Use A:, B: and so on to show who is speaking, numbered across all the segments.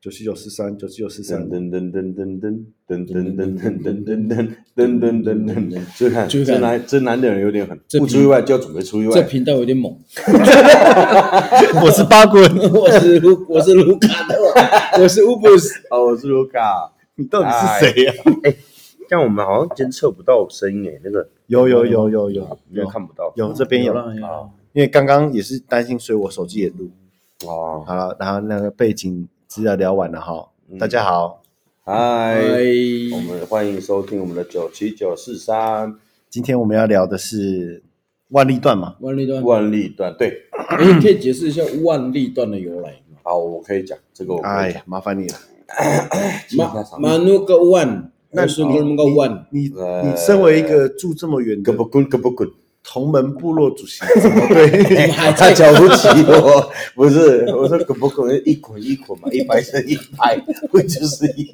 A: 九七九四三九七九四三
B: 噔，噔噔噔噔噔噔噔噔噔噔噔噔噔噔噔噔噔，就看
C: 就
B: 这
C: 看
B: 男这男的人有点狠，
C: 这
B: 不
C: 比
B: 出意外就要准备出意
C: 这
B: 外。
C: 频道有点猛，
D: 我是八棍，
C: 我是卢，我是卢卡的，我是乌布斯，
B: 哦，我是卢卡，
D: 你到底是谁呀、
B: 但我们好像监测不到声音欸诶，那个
A: 有有有有有
B: 应该看不到。
A: 有这边有，
C: 了，有了
A: 因为刚刚也是担心，所以我手机也录
B: 哦，
A: 好了，然后那个背景资料聊完了哈，大家好，
B: 嗨，我
C: 哎，
B: 们欢迎收听我们的九七九四三
A: 今天我们要聊的是万历段嘛，
C: 万历段，哎
B: 万历段。对，
C: 可以解释一下万历段的由来吗？
B: 好，我可以讲这个，我可
A: 哎
B: 以讲。
A: 呀，麻烦你了。
C: 马马努个万，那是你们个万，
A: 你
B: 呃
A: 你身为一个住这么远
B: 个
A: 的
B: 不滚，个不滚，
A: 同门部落主席，怎么对
C: 你还
B: 他
C: 在
B: 瞧不起我，不是，我说滚不滚，一捆一捆嘛，一百升一百，不就是一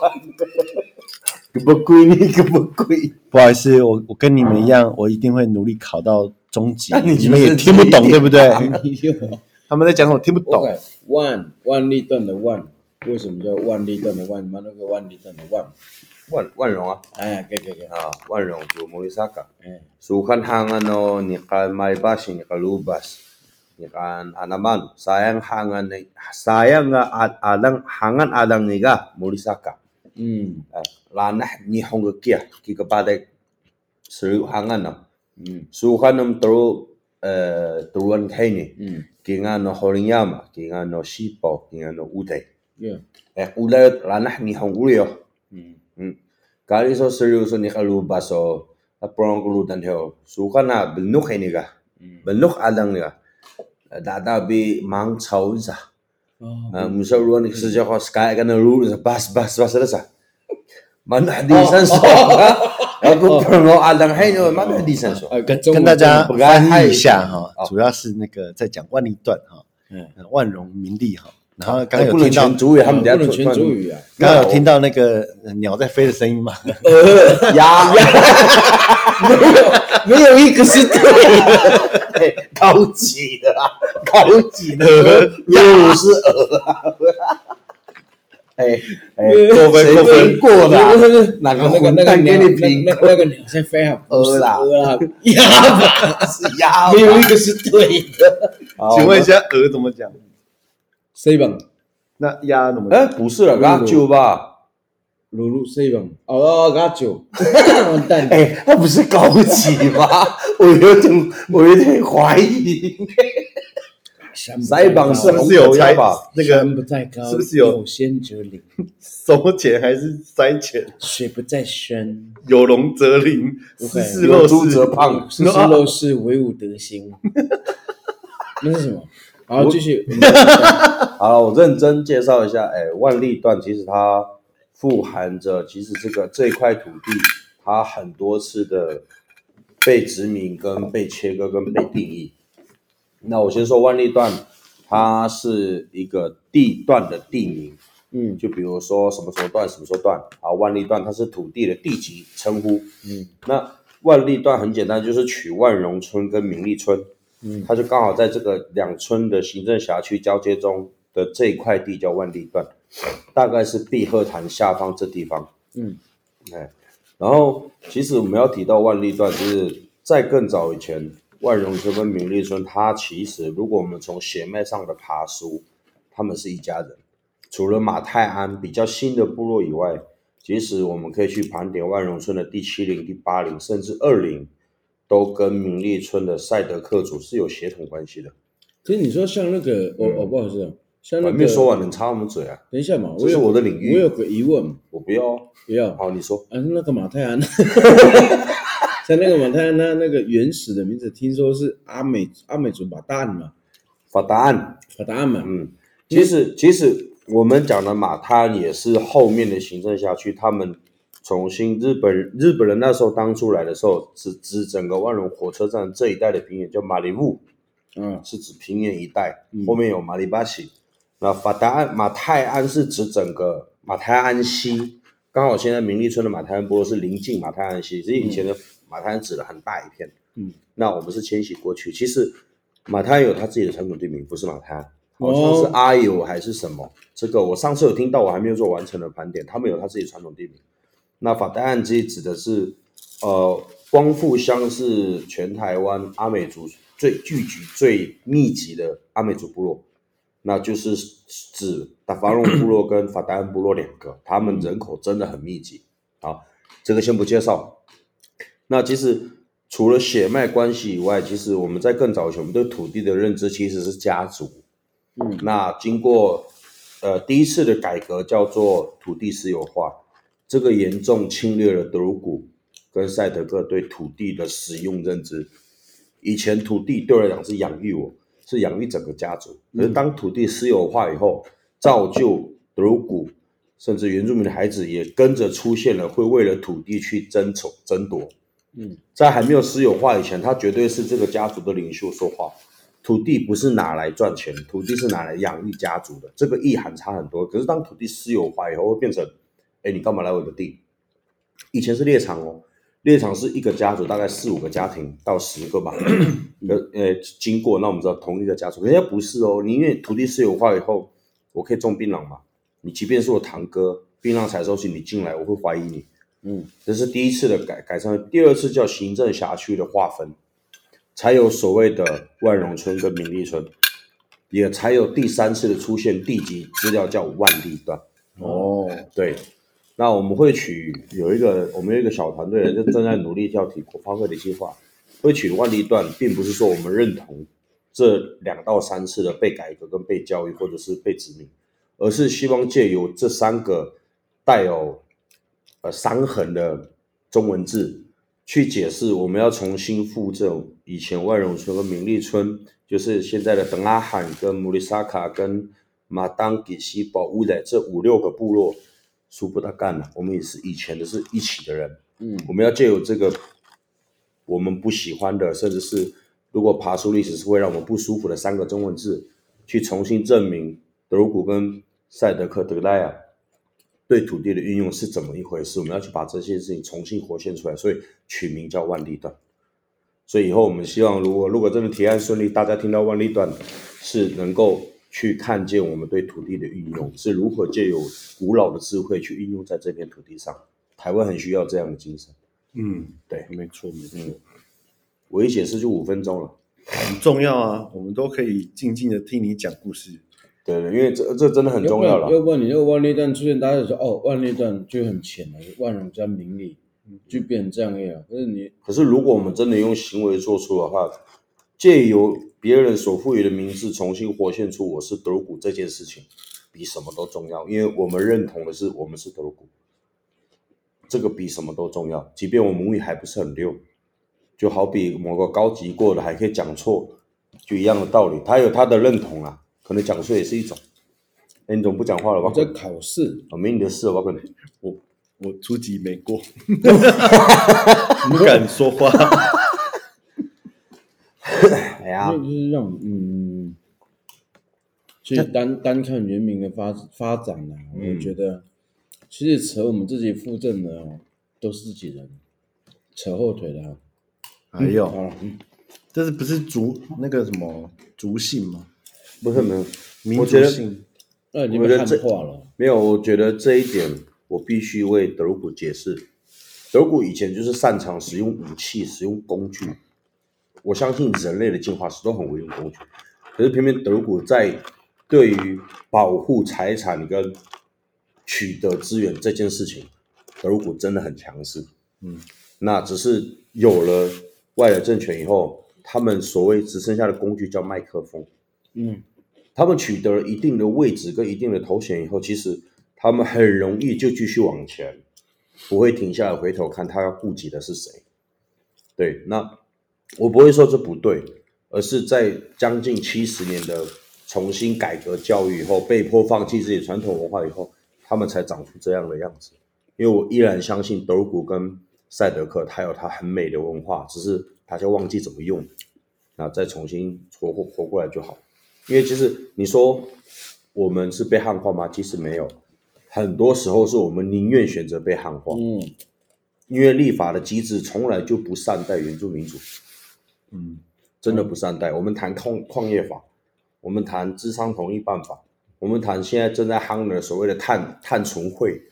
B: 万吗？个不贵，你个不贵，
A: 不好意思，我我跟你们一样，我一定会努力考到中级。
B: 那你
A: 你们
B: 就是
A: 也听不
B: 这
A: 懂，
B: 一点
A: 对不对？
C: 有
A: 他们在讲什么听不懂。
C: OK，万万历段的万，为什么叫万历段的万？马努个万历段的万，
B: 万万荣啊
C: 哎，给给给，
B: 啊，万荣主摩利萨卡，
C: 哎，
B: 苏看汉安哦，你看麦巴西，你看卢巴西。你看阿曼，sayang hangan ni, sayang nga ad- adang hangan adang ni ga mulisaka.
C: 嗯
B: lanah ni hongo kia ki ka padek seru hanganam
C: 嗯
B: suhanam teru eh teruan kaini
C: 嗯，
B: ki nga no horinyama ki nga no shipo ki nga no utai
C: 对，
B: eh ulai lanah ni hongo yo
C: 嗯
B: kali so seru so ni kalu baso aprong kulu dan heo suhana benuk ini ga
C: 嗯，
B: benuk adang ni ga dada bi mang chau Eh, za
C: 哦，
B: 啊，唔少如你是叫好 sky 跟那路是 bus bus bus 的啥？蛮那第三首，然后不能我阿郎黑牛，哎蛮那第三首。
C: 哎
A: 跟
C: 中文
A: 跟大家
B: 不该
A: 翻译一下哈
B: 害，
A: 主要是那个在讲万历段哈，呃
C: 嗯，
A: 万荣名利哈。然后刚
B: 哎
A: 刚
B: 不
A: 有
B: 能
A: 听到
B: 全，主语，他们
C: 不
B: 等下
C: 能全主语啊，
A: 刚刚有听到那个呃鸟在飞的声音 嘛？
B: 呀，
C: 没有一个是对的，
B: 高级的啊，高级的鹦鹉是鹅啊。哎哎，谁过的？
C: 不是不是，
B: 哪个
C: 那个
B: 混
C: 那个
B: 蛋给
C: 鸟
B: 你
C: 那
B: 评
C: 那那个鸟先飞好，不是
B: 鹅啦
C: 鹅啦，鸭吧，
B: 是鸭
C: 没有一个是对的，
A: 请问一下，鹅怎么讲？呃
C: 谁吧？
A: 那鸭怎么
B: 哎，
A: 讲？
B: 不是了，刚就吧。
C: 鲁鲁谁吧？哦，阿九，完蛋，
B: 哎、那不是高级吗？我有点，我有点怀疑。
C: 山不在
B: 腮帮
C: 高
A: 是不是有
B: 猜
A: 猜
B: 吧？
A: 那
C: 山
A: 个
C: 不在高，
A: 是不是有
C: 仙则灵，
A: 收钱还是塞钱？
C: 水不在深，
A: 有龙则灵，狮
C: OK，
A: 子肉
B: 猪则
A: 是
B: 胖，
C: 事事都是唯吾德馨。那是什么？然后继续，
B: 好了，我认真介绍一下。哎、万历段其实它富含着，其实这个这块土地，它很多次的被殖民、跟被切割、跟被定义。那我先说万历段，它是一个地段的地名，
C: 嗯
B: 就比如说什么什么段、什么什么段啊，万历段它是土地的地级称呼。
C: 嗯
B: 那万历段很简单，就是取万荣村跟明利村，
C: 嗯
B: 它就刚好在这个两村的行政辖区交接中的这一块地叫万历段，大概是碧荷潭下方这地方。
C: 嗯
B: 哎，然后其实我们要提到万历段，就是在更早以前，万荣村跟明利村，它其实如果我们从血脉上的爬书，他们是一家人。除了马太安比较新的部落以外，其实我们可以去盘点万荣村的第七零、第八零，甚至二零，都跟明利村的赛德克族是有血统关系的。
C: 其实你说像那个，我我不好意思啊，像
B: 我还
C: 那个
B: 没说完，你插我们嘴啊！
C: 等一下嘛，
B: 这
C: 我
B: 是
C: 有
B: 我的领域
C: 我有个疑问，
B: 我不要哦。
C: 不要啊，
B: 好，你说。
C: 那个马泰 安，像那个马泰安，他那个原始的名字听说是阿美阿美族马蛋嘛，
B: 法答案。
C: 马蛋嘛，
B: 嗯，其实其实我们讲的马他也是后面的行政辖区，他们重新日本日本人那时候当初来的时候，只指整个万荣火车站这一带的平原叫马里布，
C: 啊，
B: 是指平原一带
C: 嗯，
B: 后面有马里巴西。那法达安马泰安是指整个马泰安西，刚好现在明利村的马泰安部落是临近马泰安西，所以以前的马泰安指了很大一片。
C: 嗯，
B: 那我们是迁徙过去，其实马泰安有他自己的传统地名，不是马泰安，好像是阿友还是什么。这个我上次有听到，我还没有做完成的盘点，他们有他自己传统地名。那法代汉基指的是，呃，光复乡是全台湾阿美族最聚集最密集的阿美族部落，那就是指达法隆部落跟法代汉部落两个，他们人口真的很密集。好，这个先不介绍。那其实除了血脉关系以外，其实我们在更早以前，我们对土地的认知其实是家族。
C: 嗯，
B: 那经过呃第一次的改革叫做土地私有化，这个严重侵略了德鲁古跟赛德克对土地的使用认知。以前土地对我来讲是养育我，是养育整个家族。可是当土地私有化以后，造就德鲁古甚至原住民的孩子也跟着出现了会为了土地去争宠争夺。
C: 嗯，
B: 在还没有私有化以前，他绝对是这个家族的领袖说话。土地不是拿来赚钱，土地是拿来养育家族的，这个意涵差很多。可是当土地私有化以后，会变成，哎，你干嘛来我的地？以前是猎场哦，猎场是一个家族大概四五个家庭到十个吧，呃呃，经过那我们知道同一个家族，人家不是哦，你因为土地私有化以后，我可以种槟榔嘛，你即便是我堂哥，槟榔采收期你进来，我会怀疑你，
C: 嗯，
B: 这是第一次的改改善，第二次叫行政辖区的划分，才有所谓的万荣村跟明利村，也才有第三次的出现地级资料叫万历段。
C: 哦，
B: 对，那我们会取有一个，我们有一个小团队就正在努力叫体国发会的计划，会取万历段，并不是说我们认同这两到三次的被改革跟被教育或者是被殖民，而是希望借由这三个带有呃伤痕的中文字。去解释，我们要重新复正以前万荣村跟明利村，就是现在的登阿罕跟穆里萨卡跟马当给西保乌的这五六个部落，苏布达干了，我们也是以前的是一起的人，
C: 嗯，
B: 我们要借由这个我们不喜欢的，甚至是如果爬出历史是会让我们不舒服的三个中文字，去重新证明德鲁古跟赛德克德莱啊尔对土地的运用是怎么一回事，我们要去把这些事情重新活现出来，所以取名叫万历段。所以以后我们希望，如果如果真的提案顺利，大家听到万历段是能够去看见我们对土地的运用是如何借由古老的智慧去运用在这片土地上。台湾很需要这样的精神。
A: 嗯，
B: 对
A: 没错没错，
B: 我一解释就五分钟了。
A: 很重要啊，我们都可以静静的听你讲故事。
B: 对对，因为这这真的很重要
C: 要
B: 了。
C: 不然你那个万历段出现，大家就说哦，万历段就很浅了，万荣加明利
B: 嗯
C: 就变成这样了。可是你
B: 可是如果我们真的用行为做出的话，借由别人所赋予的名字重新活现出我是德鲁古这件事情，比什么都重要，因为我们认同的是我们是德鲁古，这个比什么都重要。即便我母语还不是很溜，就好比某个高级过的还可以讲错，就一样的道理，他有他的认同啊，可能讲错也是一种。哎，你怎么不讲话了？我
C: 我在
B: 滚！
C: 考试，
B: 我没你的事，我哦滚！
A: 我我初级没 过，不敢说话。
B: 哎呀
C: 那，就是让嗯，其实单单看人民的发发展啊，
B: 嗯
C: 我觉得其实扯我们自己附赠的哦，都是自己人，扯后腿的啊。
D: 哎
A: 还有，
B: 哦
C: 好了，嗯
A: 这是不是族那个什么族姓吗？
B: 不是没有，
A: 民
B: 我觉
A: 族
B: 得
A: 性
C: 那已经
B: 我
C: 被
B: 觉得
C: 汉
B: 这
C: 化了。
B: 没有，我觉得这一点我必须为德鲁古解释。德鲁古以前就是擅长使用武器、使用工具。我相信人类的进化史都很会用工具，可是偏偏德鲁古在对于保护财产跟取得资源这件事情，德鲁古真的很强势。
A: 嗯，
B: 那只是有了外来政权以后，他们所谓只剩下的工具叫麦克风。
C: 嗯，
B: 他们取得了一定的位置跟一定的头衔以后，其实他们很容易就继续往前，不会停下来回头看他要顾及的是谁。对，那我不会说这不对，而是在将近七十年的重新改革教育以后，被迫放弃自己传统文化以后，他们才长出这样的样子。因为我依然相信德鲁古跟赛德克，它有它很美的文化，只是大家忘记怎么用，那再重新活过活过来就好。因为其实你说我们是被汉化吗？其实没有，很多时候是我们宁愿选择被汉化，
C: 嗯，
B: 因为立法的机制从来就不善待原住民族，
A: 嗯，
B: 真的不善待。我们谈矿矿业法，我们谈智商同意办法，我们谈现在正在夯的所谓的碳碳存汇，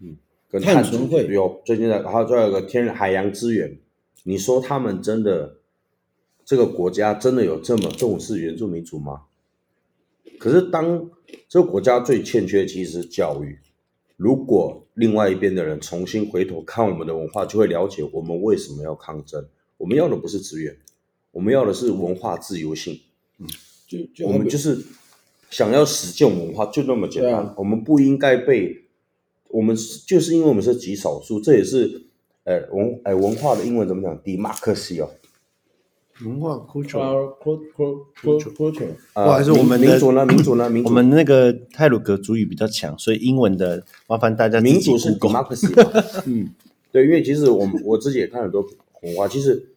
B: 嗯，跟
C: 碳
B: 储
C: 存汇
B: 有最近的，还有再有个天然海洋资源，你说他们真的这个国家真的有这么重视原住民族吗？可是当这个国家最欠缺其实是教育，如果另外一边的人重新回头看我们的文化，就会了解我们为什么要抗争。我们要的不是资源，我们要的是文化自由性。
C: 就就
B: 我
C: 好
B: 们
C: 比
B: 就是想要实践文化，就那么简
C: 对
B: 单。
C: 啊
B: 我们不应该被我们是就是因为我们是极少数，这也是呃文呃文化的英文怎么讲？democracy 哦，
D: 文化 culture，
C: Culture- culture- culture- culture
B: 呃、
D: 不好意思我们的
B: 民族呢？民 族呢？民
D: 我
B: 族
D: 们那个泰鲁格主语比较强，所以英文的麻烦大家自己
B: 民主是
D: Google
B: democracy 嘛？嗯，对，因为其实我们 我自己也看很多文化，其实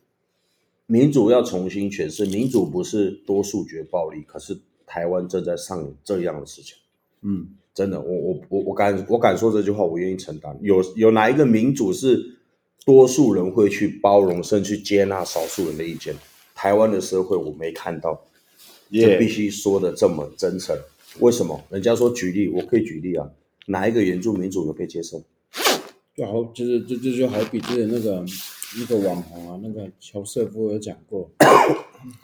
B: 民主要重新诠释，民主不是多数决暴力，可是台湾正在上演这样的事情。
A: 嗯，
B: 真的，我我我我敢我敢说这句话，我愿意承担。有有哪一个民主是多数人会去包容，甚至去接纳少数人的意见？台湾的社会我没看到，这必须说的这么真诚。为什么？人家说举例，我可以举例啊。哪一个原住民族有被接受？
C: 就好，就是就就就好比之前那个那个网红啊，那个乔瑟夫有讲过，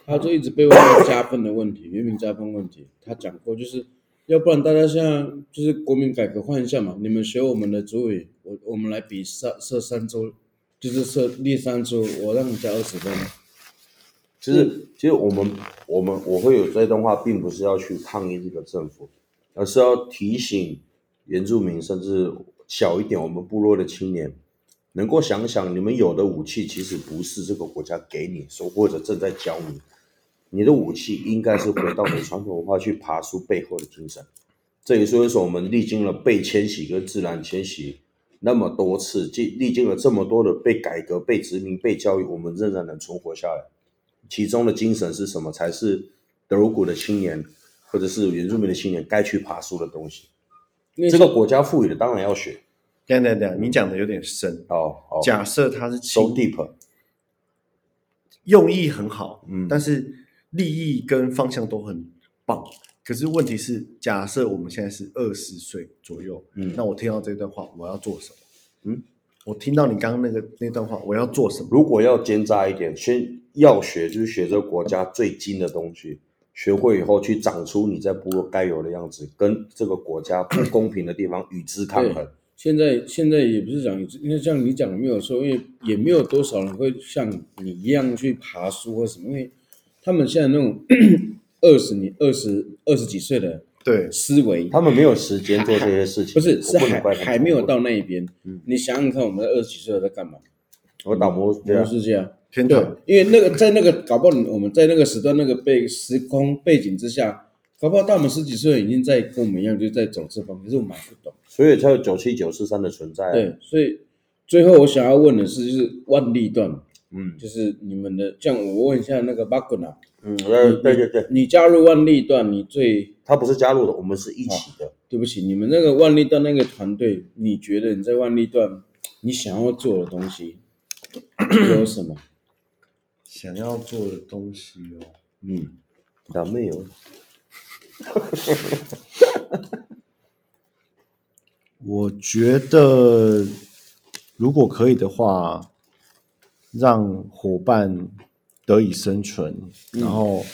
C: 他就一直被问到加分的问题，原名加分问题，他讲过就是。要不然大家现在就是国民改革换一下嘛，你们学我们的主语，我我们来比三射三周，就是射立三周，我让你加二十分。
B: 其实，其实我们我们我会有这段话，并不是要去抗议这个政府，而是要提醒原住民，甚至小一点我们部落的青年，能够想想，你们有的武器其实不是这个国家给你，说或者正在教你，你的武器应该是回到你的传统文化去爬出背后的精神。这也是为什么我们历经了被迁徙跟自然迁徙那么多次，历历经了这么多的被改革、被殖民、被教育，我们仍然能存活下来。其中的精神是什么，才是德鲁古的青年或者是原住民的青年该去爬树的东西。
C: 因为
B: 这个国家赋予的，当然要学。
D: 等等等，你讲的有点深。
B: 哦哦
D: 假设它是
B: ，so
D: 轻
B: deep，
D: 用意很好，
B: 嗯
D: 但是利益跟方向都很棒。可是问题是，假设我们现在是二十岁左右，
B: 嗯
D: 那我听到这段话，我要做什么？
B: 嗯，
D: 我听到你刚刚那个那段话，我要做什么？
B: 如果要奸诈一点，先要学就是学这个国家最精的东西，学会以后去长出你在部落该有的样子，跟这个国家不公平的地方与之抗衡。
C: 现在现在也不是讲，因为像你讲的没有错，因为也没有多少人会像你一样去爬书或什么，因为他们现在那种 二十你二十二十几岁的
D: 对，
C: 思维，
B: 他们没有时间做这些事情，
C: 不是是
B: 我不
C: 还
B: 能怪他们嗯
C: 还没有。到那一边。你想想看，我们二十几岁的在干嘛？
B: 我打磨对
C: 全
B: 啊，
C: 世界啊，
D: 天
C: 对
D: 堂，
C: 因为那个在那个搞不好你我们在那个时段那个背时空背景之下，搞不好到我们十几岁已经在跟我们一样就在走这方面，可是我们还不懂。
B: 所以才有九七九四三的存在啊。
C: 对，所以最后我想要问的是，就是万历段，
B: 嗯
C: 就是你们的，像我问一下那个巴古纳，
B: 嗯，对对对对，
C: 你加入万历段，你最
B: 他不是加入的，我们是一起的。
C: 对不起，你们那个万历段那个团队，你觉得你在万历段你想要做的东西有什么？
D: 想要做的东西哦，
B: 嗯，那没有，
D: 我觉得如果可以的话，让伙伴得以生存，然后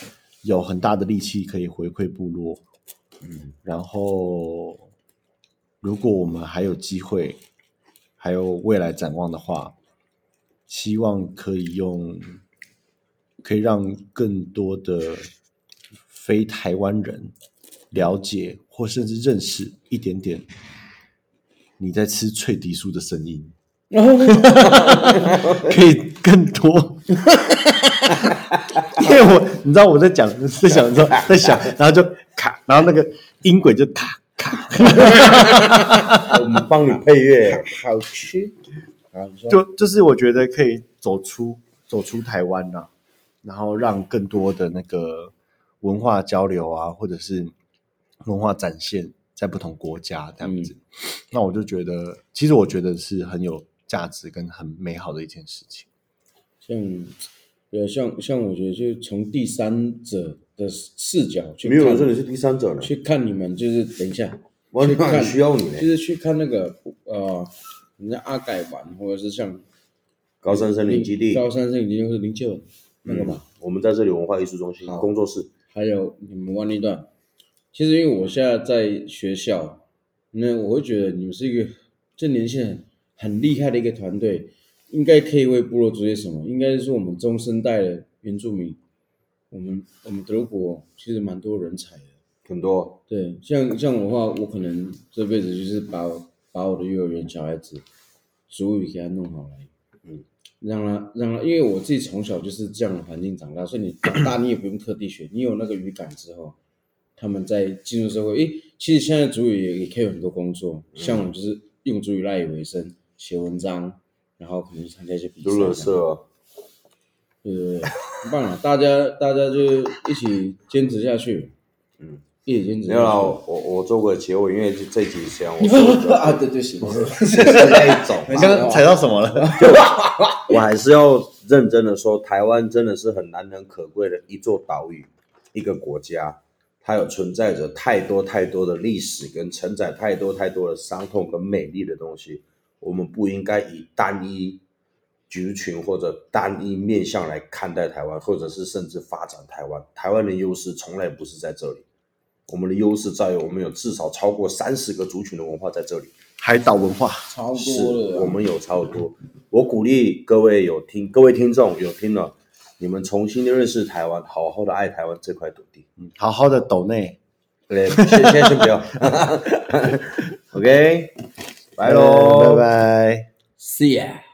D: 有很大的力气可以回馈部落。嗯，然后如果我们还有机会，还有未来展望的话，希望可以用，可以让更多的非台湾人了解或甚至认识一点点你在吃脆皮酥的声音，
C: 嗯哦
D: 可以更多。 因为我你知道我在讲在想说在想，然后就卡，然后那个音轨就卡卡，
C: 啊
B: 我们帮你配乐。
C: 好吃啊，你说
D: 就就是我觉得可以走出走出台湾呐、然后让更多的那个文化交流啊，或者是文化展现在不同国家这样子。那我就觉得，其实我觉得是很有价值跟很美好的一件事情。
C: 像，呃，像像我觉得就是从第三者的视角 去
B: 没有人说
C: 看，
B: 你是第三者了，
C: 去看你们就是等一下，
B: 我
C: 去
B: 很
C: 看
B: 需要你
C: 就
B: 嘞。
C: 是去看那个呃，人家阿改玩，或者是像
B: 高山森林基地，嗯
C: 高山森林基地或者林建文那个嘛，啊
B: 我们在这里文化艺术中心工作室，
C: 还有你们万历段。其实因为我现在在学校，那我会觉得你们是一个这年轻人很厉害的一个团队，应该可以为部落做些什么。应该是我们中生代的原住民，我们我们德国其实蛮多人才的。
B: 很多
C: 对，像像我的话，我可能这辈子就是把我把我的幼儿园小孩子主语给他弄好来，嗯，让他让他，因为我自己从小就是这样的环境长大，所以你长大你也不用特地学，你有那个语感之后，他们在进入社会，诶，其实现在主语也也可以有很多工作，
B: 嗯
C: 像我就是用主语赖以为生，写文章，然后可能去参加一些比赛
B: 就
C: 这样，
B: 乐色啊，
C: 对对对，很棒啊！大家大家就一起坚持下去，嗯，一起坚持
B: 没有啦，
C: 下去。
B: 我我我做个结尾，因为这集时 间我说的比较
C: 啊，对对，行，
B: 是 那一种
D: 你刚刚踩到什么了？
B: 我还是要认真的说，台湾真的是很难能可贵的一座岛屿，一个国家，它有存在着太多太多的历史，跟承载太多太多的伤痛跟美丽的东西。我们不应该以单一族群或者单一面向来看待台湾，或者是甚至发展台湾。台湾的优势从来不是在这里，我们的优势在于我们有至少超过三十个族群的文化在这里。
D: 海岛文化，
C: 超
B: 是
C: 多了啊。
B: 我们有超多。我鼓励各位有听，各位听众有听了，你们重新的认识台湾，好好的爱台湾这块土 地。哎
D: 嗯好好的抖内，
B: 对，先先先不要。OK，拜喽，
D: 嗯拜拜。
C: 哎 See ya。